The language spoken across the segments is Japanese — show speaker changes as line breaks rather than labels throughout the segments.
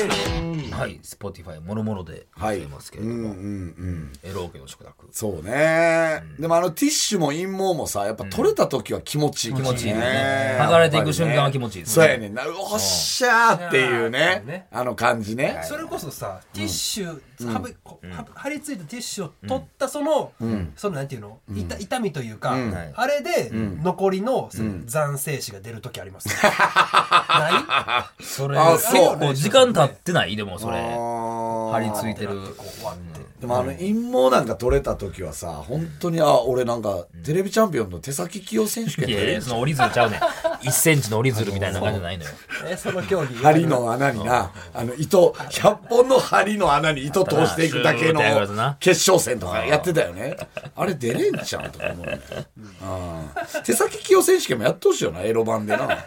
はい Spotify もろもろでございますけれども、エローケの食卓
そうね、でもあのティッシュも陰毛もさやっぱ取れた時は気持ちいい
気
から
持ちいいですね
ね
剥がれていく瞬間は気持ちいいですね
そうやねんなうおっしゃーっていうね
うんね
あの感じね、
それこそさティッシュ、はぶこはぶ貼り付いたティッシュを取ったその、そのなんていうの、いた痛みというか、
はい
あれで残りのその残精子が出る時あります、ない
それ
あ
結
そう
構時間経ってないでもそ
あ
れ
ー
張り付いてる
こうわって、
でもあの陰毛なんか取れた時はさ本当にあ俺なんかテレビチャンピオンの手先器用選手権
い
で
やいやその折り鶴ち ゃうねん1センチの折り鶴みたいな感じじゃないのよ
えその競技
針の穴にな、あの糸、100本の針の穴に糸通していくだけの
シューってやるやつな
決勝戦とかやってたよね。あれ出れんちゃうとか思うね。うん手先器用選手権もやっとほしいよな、エロ版でな。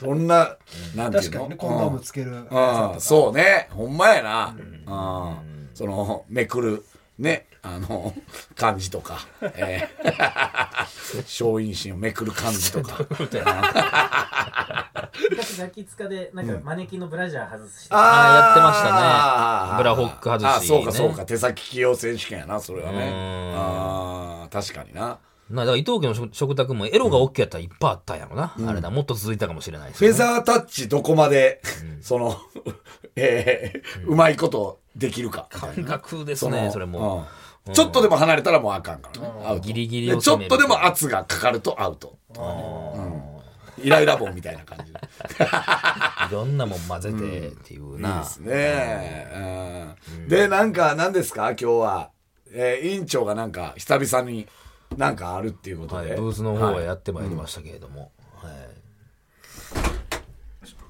どんな、なんてい
確
う
か
の
にねコンドームつける、
うんうんそうね。ほんまやな。うんその、めくる。ね、あの、感じとか、え ー松陰心をめくる感じとか。
昔ガキ使でなんかマネキンのブラジャー外して、
あーやってましたね
あー
ブラホック外しね
あーそうかそうか手先器用選手権やなそれはねあー確かにな
なだから伊藤家の食食卓もエロが OK やったらいっぱいあったんやろな、あれだもっと続いたかもしれないです
フ
ね
ェザータッチどこまで、その えーうまいことできるかみたいな
感覚ですね
の
それも
うんちょっとでも離れたらもうあかんからねアウト
ギリギリ
で
を
ちょっ
攻める
とでも圧がかかるとアウトとかねうんイライラ棒みたいな感じ
いろんなもん混ぜてっていうな、
ですね、うんでなんか何ですか今日は、えー委員長がなんか久々になんかあるっていうこと
はい
で、
ブースの方へやってまいりましたけれども、はい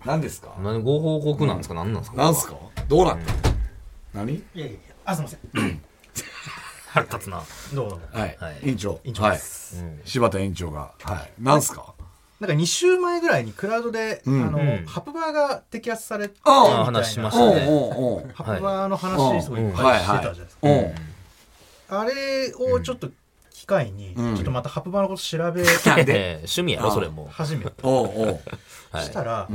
何ですか
何ご報告なんですか、何なんですか
何すかどうなったの何
いやいやいやあすいません
腹立つな
どうも
はい
はい
委員長
委員長
は
で
い 柴田委員長がはい何すか
なんか2週前ぐらいにクラウドで、あの、ハプバーが摘発されてみたい
あ
な
あ話しました
おう
ね
おうおう
ハプバーの話すごいいっぱいしてたじゃないですか、
おう
あれをちょっと機会に、ちょっとまたハプバーのこと調べ
なんで
ええ 趣味やろそれも
始めて
おうおう
はい
したら、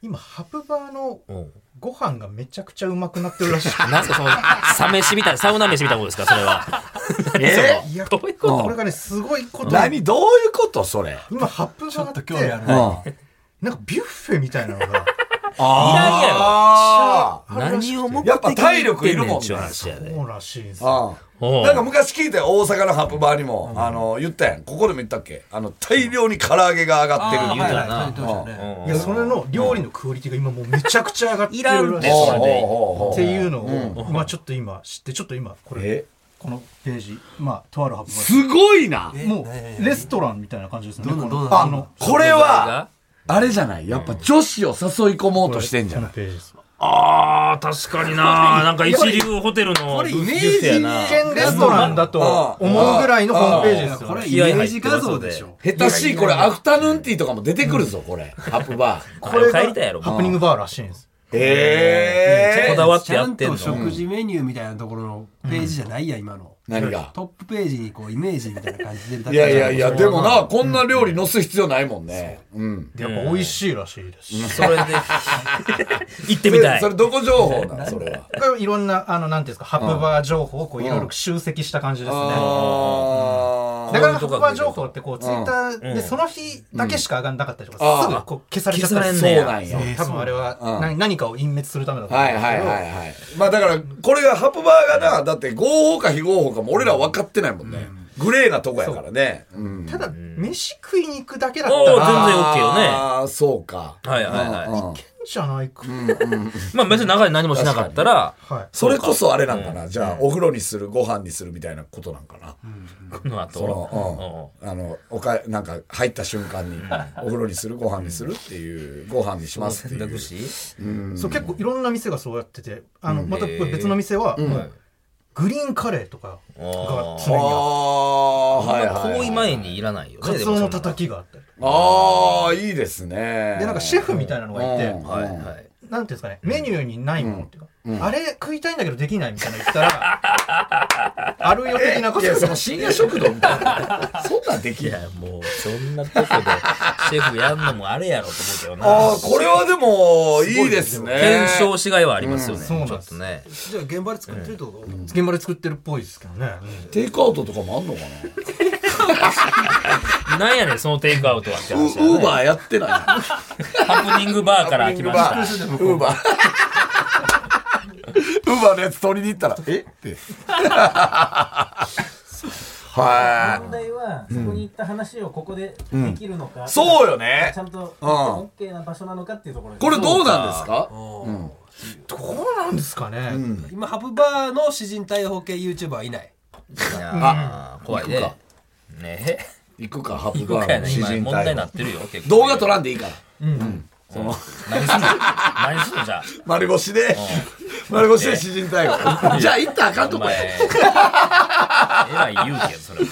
今ハプバーの
うん
ご飯がめちゃくちゃうまくなってるらしい
なんすかそのサメシみたいサウナ飯みたいなことですかそれ はえ
いや
どういうこと
これがねすごいことに
何どういうことそれ
今ハプバ
ちょ
ー
っ
って
と興味ある
うん
な
あ
なんかビュッフェみたいなのが
あ
あるらしくて
何を目的に
やっぱ体力いるもんね
言ってねちゅう話やで
そうらしいんですよ
あ
おう
なんか昔聞いて大阪のハプバーにもあの言ったやんここでも言ったっけあの大量に唐揚げが上がってるってい
あー
う
はい
た
は
な
い書いてましたね
いやそれの料理のクオリティが今もうめちゃくちゃ上がってる
いらん
ら
っ
してい
それで
っていうのを今ちょっと今知ってちょっと今こ
え
れこのページまあとあるハプバー
すごいな
もうレストランみたいな感じですねど
どう
あのこれはあれじゃないやっぱ女子を誘い込もうとしてんじゃない
このページです
あー確かにななんか一流ホテルのこれイメージな
一見レストランだと思うぐらいのホームページですよ
これ
ね
イメージ画像でしょ
下手しいこれアフタヌーンティーとかも出てくるぞこれハプバー
これ帰りたいやろ
ハプニングバーらしいんです
え
こ
え
だわって
ち
や
ゃ
っ
ん
てんの
と食事メニューみたいなところのページじゃないや今の
何が
トップページにこうイメージみたいな感じで立って
いやいやいやでもなこんな料理載す必要ないもんねうん
でやっぱ美味しいらしいですし
それで行ってみたい
それそれどこ情報 なんそれは
これいろんなあのなんていうんですかハプバー情報をこういろいろ集積した感じですね
あ
なかなか
こ
ハ
ういうとこが
プバー情報ってこうツイッターでその日だけしか上がんなかったりと
うん
かすぐこう消されちゃったりする
消
されんねや
そう多分あれは何何かを隠滅するためだと
あ
思うん
は
で
い
す
はいは
けど
いはいまあだからこれがハプバーがなだって合法か非合法かも俺ら分かってないもんねグレーなとこやからねうん
ただ、飯食いに行くだけだっ
お
た
う全
ら、い
然 OK よね
ああそうか
はいはいはい
うんうん
けんじゃないか。
まあ別に中で何もしなかったら、
はい。
それこそあれなんかなじゃあお風呂にするご飯にするみたいなことなんかな
この後。
その、うん、あの、おか、なんか入った瞬間に、お風呂にする、ご飯にするっていう、ご飯にしますって
選
い
択
う。
肢
そう、結構いろんな店がそうやってて、あの、またこれ別の店は、もうグリーンカレーとかが常
あ
にあっ
あ、はいはいはい。
行為前にいらないよ
て、
ね。
カ
で
ツ
も
オ
そんな
のたたきがあったり。
ああ、いいですね。
で、なんかシェフみたいなのがいて、
うん
はいはい。
なんていうんですかね、メニューにないものっていうか、あれ食いたいんだけどできないみたいなの言ったら、あるよ的なこと
いや、その深夜食堂みたいな。そんなんでき
い
ない。
や、もう、そんなとこで、シェフやんのもあれやろと思うけどな。
ああ、これはでも、いいですね。
検証しがいはありますよね。
そうなん
ちょ
で
っ
す
とね。
じゃあ現場で作ってるってこと、現場で作ってるっぽいですけどね、
テイクアウトとかもあんのかな
なんやねん、そのテイクアウトはって話や
ウー
ね。
バーやってない。ハ
ハプニングバーから来ました。
ウー バー。ウーバーのやつ取りに行ったら、えって。 は
問題は、そこに行った話をここでできるのか、
い。そうよね
ちゃ。んと、
うん
オッケーな場所なのかっていうところです
これどうなんですか
どうなんですかね、
今ハブバーの詩人逮捕系 YouTuber はいない
いやー怖い
行く
ね
か。
ね
行くか、ハプ
え。
バ
行くか
ー
や
の
な、
詩
今
人
問題にな
隊
ってるよ、結構。
動画撮らんでいいから。
何すんの何すんのじゃあ。
丸腰で、丸腰で詩人逮 捕。じゃあ行ったらあかんと
お
こ
前
や。
えらい言うけど、それも。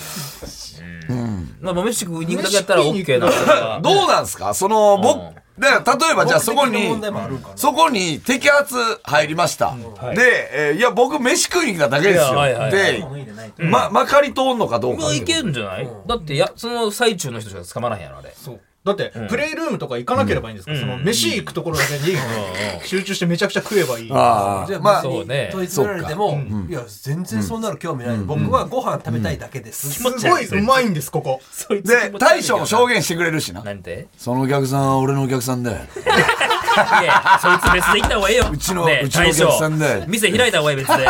うん。まあ、豆飯食いに行くだけやったら OK なのか。
どうなんですかその、僕、だから例えばじゃあそこ
目的の
に
問、題もあるんかな
そこに摘発入りました。で、えーいや、僕、飯食いに来ただけです
いや
よ
はいは。い
で、
脱いでないと。
ま、まかり通んのかどう
ま
か
あ、。いけんじゃないだって、や、その最中の人しか捕まらへんやろ、あれ。
そうだって、プレイルームとか行かなければいいんですか、その飯行くところだけに集中してめちゃくちゃ食えばいい、
あ
じゃあ
まあ
そうね
問い詰められても、いや全然そんなの興味ない、僕はご飯食べたいだけです、
すごいうまいんですここ
そい
で、大将も証言してくれるしな。
なんて
そのお客さんは俺のお客さんで。
いやそいつ別で行った方がええよ。う
ちのうちのお客さんで
店開いた方がええ、別で。渋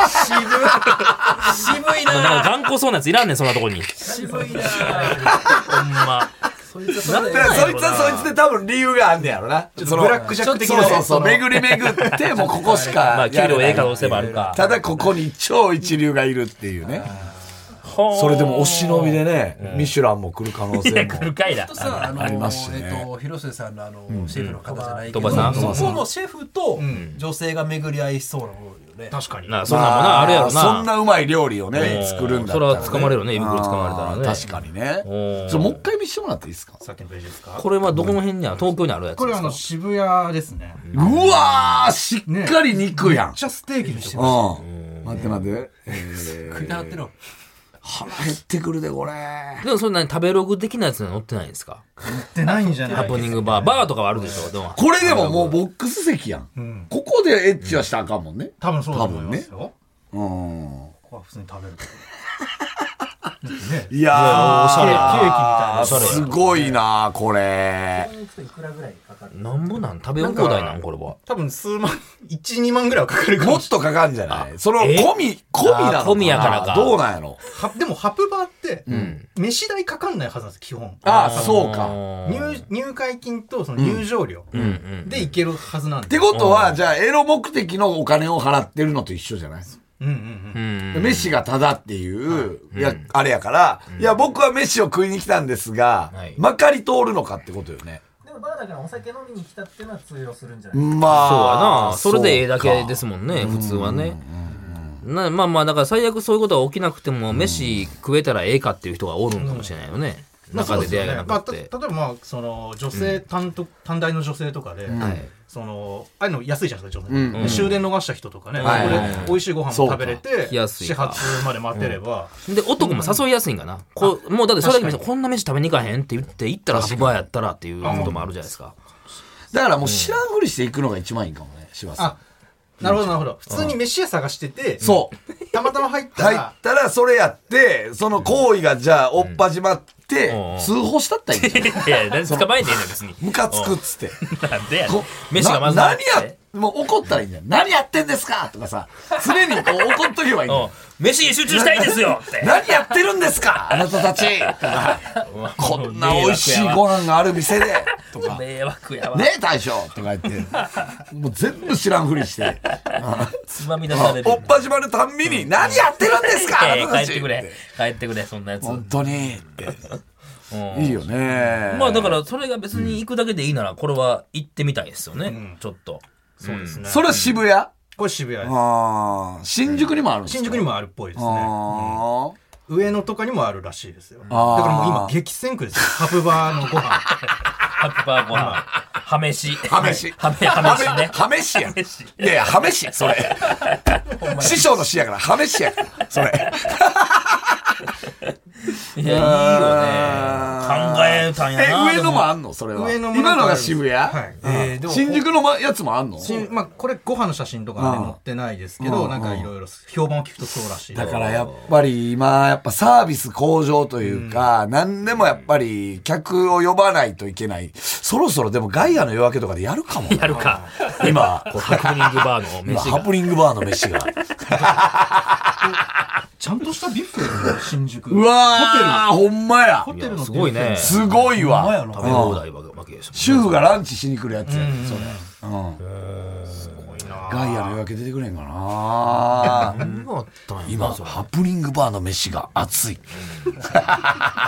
いな。なんか頑固そうなやついらんねん、そんなとこに。
渋いな
ほんま。
そいつはそ
で
れで
そいつはそいつで多分理由があんねやろな。その
ブラックジャック的なね
そうそうそ。
そうの
巡り巡って、もうここしか。
まあ、給料ええ可能性もあるか。
ただここに超一流がいるっていうね。それでもお忍びでね、ミシュランも来る可 能性も。
来るかいだ
と。さあの
ありますしね
えっと広瀬さんのあの、シェフの方じゃないけ
鳥羽さん
どそこのシェフと女性が巡り合いしそうなもんよね、
確かに
なあ、そんなもんな、あるやろな。
そんなうまい料理を
う
ね、作るんだ
そ
った
れ
らね
は捕まれるね、胃袋捕まれたら
あ
ね。
ー確かにね
うん
それもう一回見してもらっていいですか
さっきのページですか
これはどこの辺にある東京にあるやつ
こ
で
れ
す
はあ
か
の渋谷ですねめっ
うわーしっかり肉やん、
ちゃステーキにして
う
ま
ん待って待って、えー
食いたがってろ
腹減ってくるでこれ
でもそれ何食べログ的なやつには載ってないんですか
ってないんじゃな
ハ
い
プニングバー。バーとかはあるでしょでも。
これでももうボックス席やん、
ん
ここでエッチはしたらあかんもんね
多分そうだと思いますよ、
うん
ここは普通に食べるね
いやー
おしゃれやな
ケーキみたいなおしゃれやな
すごいなこれ
そこに行くといくらぐらいかかる
なんぼなん食べ放題なんこれは。
多分数万12万ぐらいはかかるか
も
も
っ
し
とかかんじゃないその込
え
み込みなの
あー込みやからか
どうなんやろ
れないはでもハプバーって、飯代かかんないはずなんです基本
ああそうか
入入会金とその入場料でいけるはずなん
って
で、
ことは、じゃあ、エロ目的のお金を払ってるのと一緒じゃない、
うんうんうん、
飯がタダっていう、いや、あれやから、いや、僕は飯を食いに来たんですが、
はい
まかり通るのかってことよね。
でもバーだからお酒飲みに来たっていうのは通用するんじゃない
そうや
ま
な
あ。。
それでええだけです
も
もんね、普通はね。なまあまあ、だから最悪そういうことが起きなくても、飯食えたらええかっていう人がおるんかもしれないよね。中で出会いがな
まあ
く
た例え
て。
ばまあその女性単独、単大の女性とかで、そのああいうの安いじゃないですか女性、
うん
で終電逃した人とかね、
はい
そ
は
こ
いはい
で美味しいご飯も食べれて
来やすい
始
か
発まで待てれば、
で、男も誘いやすいんかな。こうもうだってそれだけ見て、こんな飯食べに行かへんって言って、行ったらハブバーやったらっていうこともあるじゃないですか。
だからもう知らんふりしていくのが一番いいかもね、柴田さん
あ。なるほどなるほど普通に飯屋探してて、
そう。
たまたま入った
入っ
ら
たら、それやって、その行為が、じゃあ、おっぱじまって、
うん
通報したったらいいんじ ゃない
いや、だって捕まえてええねん別に。
ムカつくっつって。
なんでやねん
こ
飯がまず
な
な
何
い
やもう怒ったらいいんだよ何やってんですかとかさ常にこう怒っとけばいいんだ
うん
よ
飯に集中したいんですよって。
何やってるんですかあなたた ちとかこんな美味しいご飯がある店でとかね
迷惑やわ。
え大将とか言ってもう全部知らんふりして
つまみ出される。
おっぱじまるたんびに何やってるんですかあ な
ええ
たた
帰っ
ち
てくれ。帰ってくれ、そんなやつ。
本当にって
うん
いいよね
まあだからそれが別に行くだけでいいならこれは行ってみたいですよね、ちょっと
そうですね
それは渋谷あ
これ渋谷です
あ新宿にもあるんですか
新宿にもあるっぽいですね
あ
上野とかにもあるらしいですよだか
あー
らもう今激戦区ですよハプバーのご飯
ハッパーご飯ハメシ
あはめし
ハメハメシね
はめしやん
ハメシ
いやいや、はめし、それ。師匠の師やから、羽根師やから、それ。
いやいいよね考えたんや
え、
な
上野もあんのそれは。
上野もなんか
今のが渋谷
はい
えーでも
新宿のまやつもあんの
しんまあ、これご飯の写真とかは
うん
ね載ってないですけ
う
ど
ん
なんかいろいろ評判を聞くとそうらしい
だからやっぱり今やっぱサービス向上というか、何でもやっぱり客を呼ばないといけないそろそろでもガイアの夜明けとかでやるかもな
やるか
今
こうハプニングバーの
今
飯
ハ
が
プニングバーの飯が
ちゃんとしたビュッフェ新 宿
うわーほんまや
ホテルの
いやすごいね
ビュッフェ
すごい
ほんまや
わ
ろ
食べ放題わけでしょ
主婦がランチしに来るやつやねそれうんガイアの夜明け出てくれんかな
何があったんやな
今
それ
ハプニングバーの飯が熱い
杉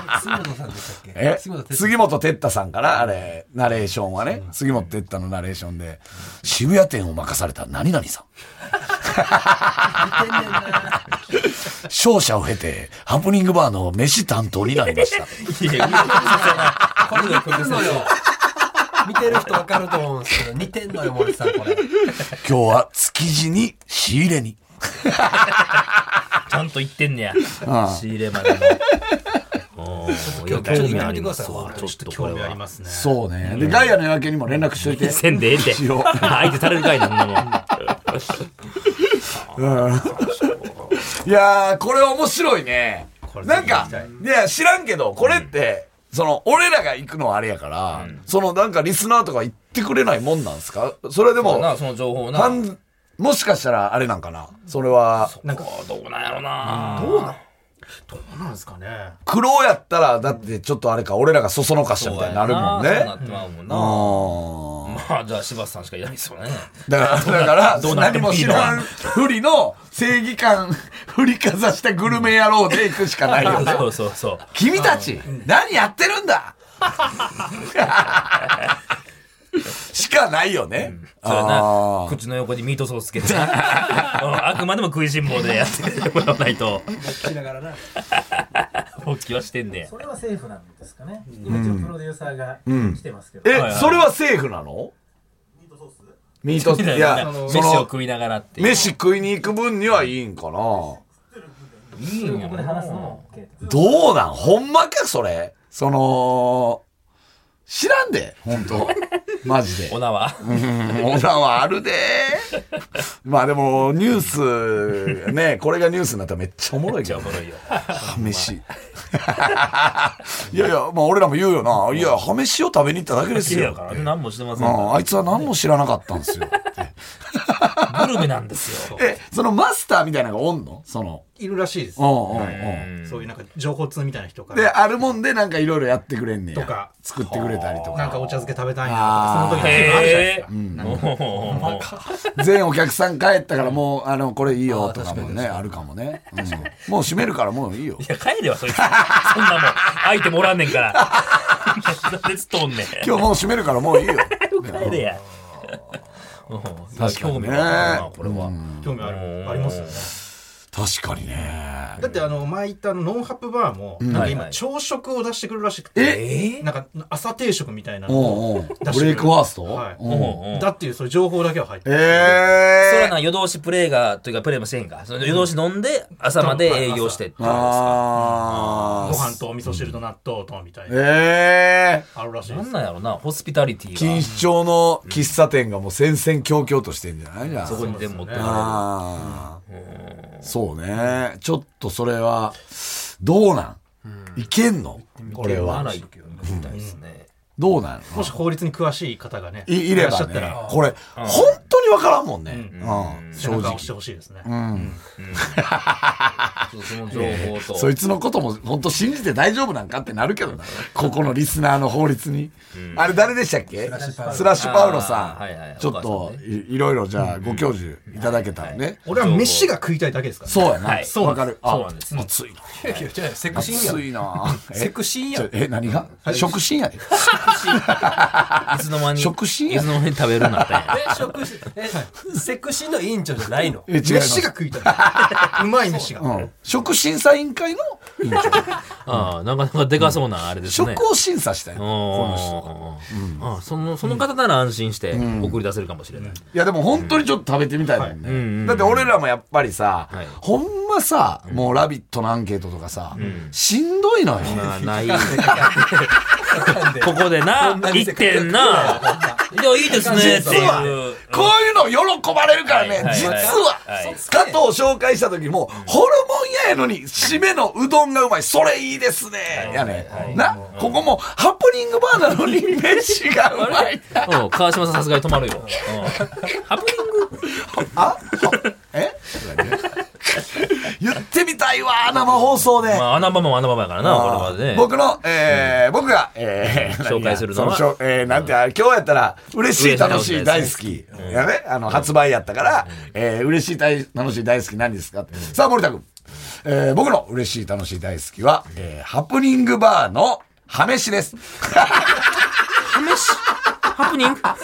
本さんでしたっ
え
け杉本哲
杉本哲太さんからあれナレーションはね杉本哲太のナレーションで渋谷店を任された何々さん勝者を経てハプニングバーの飯担当になりま した
いやいや
これ似てるのよ見てる人わかると思うんですけど似てんのよ森さんこれ
今日は築地に仕入れに
ちゃんと言ってんねや
あ
仕入れまでもおーいや興味ありますわちょっとこれは
ますね
そうねでガイアの夜明けにも連絡しといて
せんでええって
一応
相手されるかいなん なもん
いやー、これ面白いね
こ。れ
なんか
ぜひ行き、
いや、知らんけど、これって、その、俺らが行くのはあれやから、その、なんかリスナーとか行ってくれないもんなんすかそれで
そうな
も、
その情報な
はんもしかしたらあれなんかなそれは、
なんか
どうなんやろな
どうなんどうなんですかね
苦労やったら、だってちょっとあれか、俺らがそそのかしたみたいになるもん
そうやな
ね
そうな。ってまうもんな
あ
まあじゃあ柴田さんしかいないですよね
ーだから、 だから、
どうなって
何
も
も
いい
知
の
らんふりの正義感、 振りかざしたグルメ野郎で行くしかないよね。
そうそうそう
君たち、何やってるん だしかないよね。
そうやな
あー
口の横にミートソースつけて うんあくまでも食いしん坊でやってもらわないと
しながらな
勃起はしてんねや
それはセーフなんですかね。今一応プロデューサーが来てますけど。
え、
いはい
それはセーフなのミートソース
い
い
や
や、
飯
そ
を
の、
食いながらっていう
飯食いに行く分にはいいんかな。
いいんや
ここで話すのも OK と。
どうなんほんまかそれ。その、知らんで、ほん と。マジで。
オナは
うんオナはあるで。 まあでも、ニュース、ね、これがニュースになったらめっちゃおもろいけどね。
いいよ
ハメシ。いやいや、まあ俺らも言うよな。いや、ハメシを食べに行っただけです
いや
よ。
から何もしてませ
うん
か
ん、あいつは何も知らなかったんですよ。
らグルメなんですよ
え、そのマスターみたいなのがおんのその。
いるらしいです
うんうん
う
うん
そういうなんか情報通みたいな人か
ん。で、
ら
あるもんでなんかいろいろやってくれんねや。
とか
作ってくれたりと
なんか
か。
お茶漬け食べたいなと
あー
かその時の気分あるじゃないです
へ
か
えおー
全お客さん帰ったからもう、あの、これいいよとかもね、あるかもね。うんもう閉めるからもう いいよ
い。や帰れよそいつそんなもん相手もおらんねんから 何でつっとんねん
今日もう閉めるからもういいよ。
帰れや
確か
興
に
味
ね
があるなこれは
興味あるありますよね
確かにね。
だってあの前言ったあのノンハップバーもなんか
はいは
今
い
朝食を出してくるらしく
え
て
え
なんか朝定食みたいなのを
おうおう
出してくる
ブレイクファースト、
はい
うん
うんうん
だっていうそういう情報だけは入って
え
る
それは
え
な夜通しプレーがというかプレーもしてんかその夜通し飲んで朝まで営業してって
ー、
ことですか
あ
ご
ー
飯とお味噌汁と納豆とみたいな
ええ
あるらしいで
な
す
んなんやろなホスピタリティ
錦
が
糸町の喫茶店がもう戦々恐々としてんじゃないじゃあ
そこにでも持ってか
ああそうねちょっとそれはどうなん、いけんのこ
れ
れ
るな
は
ら行くよねみたいですね
どうなんの
もし法律に詳しい方がね
いいれ
らっし
ば
ゃった
ね
ら
これ本当にわからんもんね、うん
背
正
中を
直
押してほしいですね
ちょっとその情報と
そいつのことも本当信じて大丈夫なんかってなるけどな。ここのリスナーの法律に。あれ誰でしたっけスラッシュパウロさ
あーはいはい
ん。ちょっ
お母
と
さん
いいろいろじゃあご教授いただけたらね。
俺は飯が食いたいだけですからね
そうや
は
な。
い
そうわかる。あ
そうなんです
熱いな。
いやいやじゃあセクシー
熱
やん
い な。
セクシーや
ちょ
ん
え、何が食信やで。
いつの間に
食信
い
や
つの間に食べるようになったんや
え食事ええセクシーの委員長じゃないの
え違います
飯が食いたいうまい飯が
うん、食審査委員会の委員長
ああ、なかなかでかそうなあれですね。
食を審査したい
おー
この人
ああそのその方なら安心して送り出せるかもしれない。
いやでも本当にちょっと食べてみたいもんね、
ん
だって俺らもやっぱりさ、
はい
ほんまさもう「ラビット!」のアンケートとかさ、しんどいのよ、
まあ ない。ここでな、一点な。でもいいですねって
実は
いう。
こういうの喜ばれるからね、
はい
実は、
はい
加藤紹介した時も、ホルモン屋やのに締めのうどんがうまいそれいいですね、やね、な、ここもハプニングバーなのに 飯がうまい
うん川島さんさすがに止まるよ。うんハプニング
あえ 言ってみたいわ生放送で、
まあ穴場も穴場やからな、これはね。
僕の、えー僕が、えー
紹介するのは
そしょえーなんて、あ今日やったら、嬉しい、楽しい、大好き。やね、あの、発売やったから、えー嬉しい、大楽しい、大好き、何ですかってさあ、森田君。えー僕の嬉しい、楽しい、大好きは、えーハプニングバーの、ハメシです。
ハプニングハ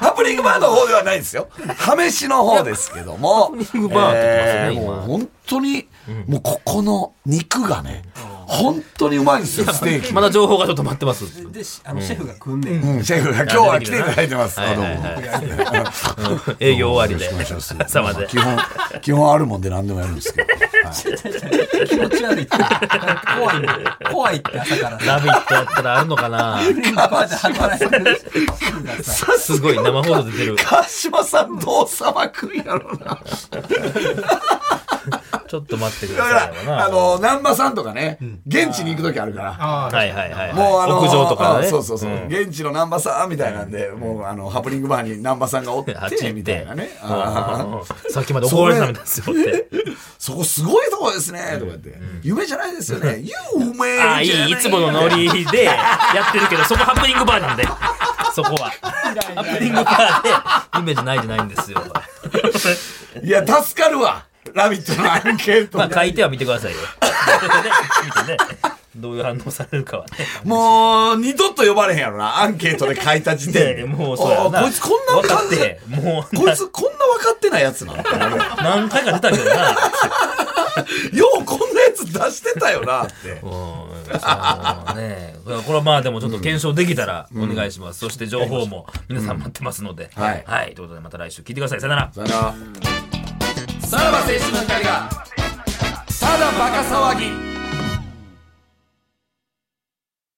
ハプニングバーの方ではないですよ。ハメシの方ですけども。ハプニ
ングバーって言ってますね今
もう本当に、もうここの肉がね、本当にうまいんですよ、ステーキ。
まだ情報がちょっと待ってます。
でしあのシェフが来んねん、
うんシェフが今日は来ていただいてます。
はい
あどう
はい
も。
はい 営業終わりで。 朝まで。
基本、基本あるもんで何でもやるんですけど。
気持ち悪いって怖いね怖いって朝か
ラ
ら
ビットやったらあるのかな
バーで働いてるシェフがさ
すごい生放送で出てる。
川島さんどうさばくんやろな。
ちょっと待ってく
だ
だ
か
さいよ
ら、
な。
あの、南波さんとかね、現地に行くときあるから。
ああ
はいはいはいはい。
もうあの
屋上とかね。
うんそうそうそう。
ん
現地の南波さんみたいなんで、もうあの、ハプニングバーに南波さんがお って
あっち行っ、て
みたいなね。
うん
あー
うんさっきまで怒られてたんですよって。
そこすごいとこですね、とか言って。夢じゃないですよね。有名じゃ
あ
な
あ、い
い
い、いつものノリでやってるけど、そこハプニングバーなんで。そこは。ハプニングバーで、夢じゃないじゃないんですよ。
いや、助かるわ。ラビットのアンケート
ま
で
あ。書いては見てく ださいよ。ね見てね。どういう反応されるかはね。
もう、二度と呼ばれへんやろな。アンケートで書いた 時点
で
で。
もうそうやな。
あこいつこんな
分か
感
っ
じ
て、もう
こいつこんな分かってないやつ なの
何回か出たけどな。
ようこんなやつ出してたよなって。
うん、ねえ、これはまあでもちょっと検証できたらお願いします。そして情報も皆さん待ってますので。
はい
はい。ということでまた来週聞いてください。さよなら。
さらば青春の光が、ただバカ騒ぎ。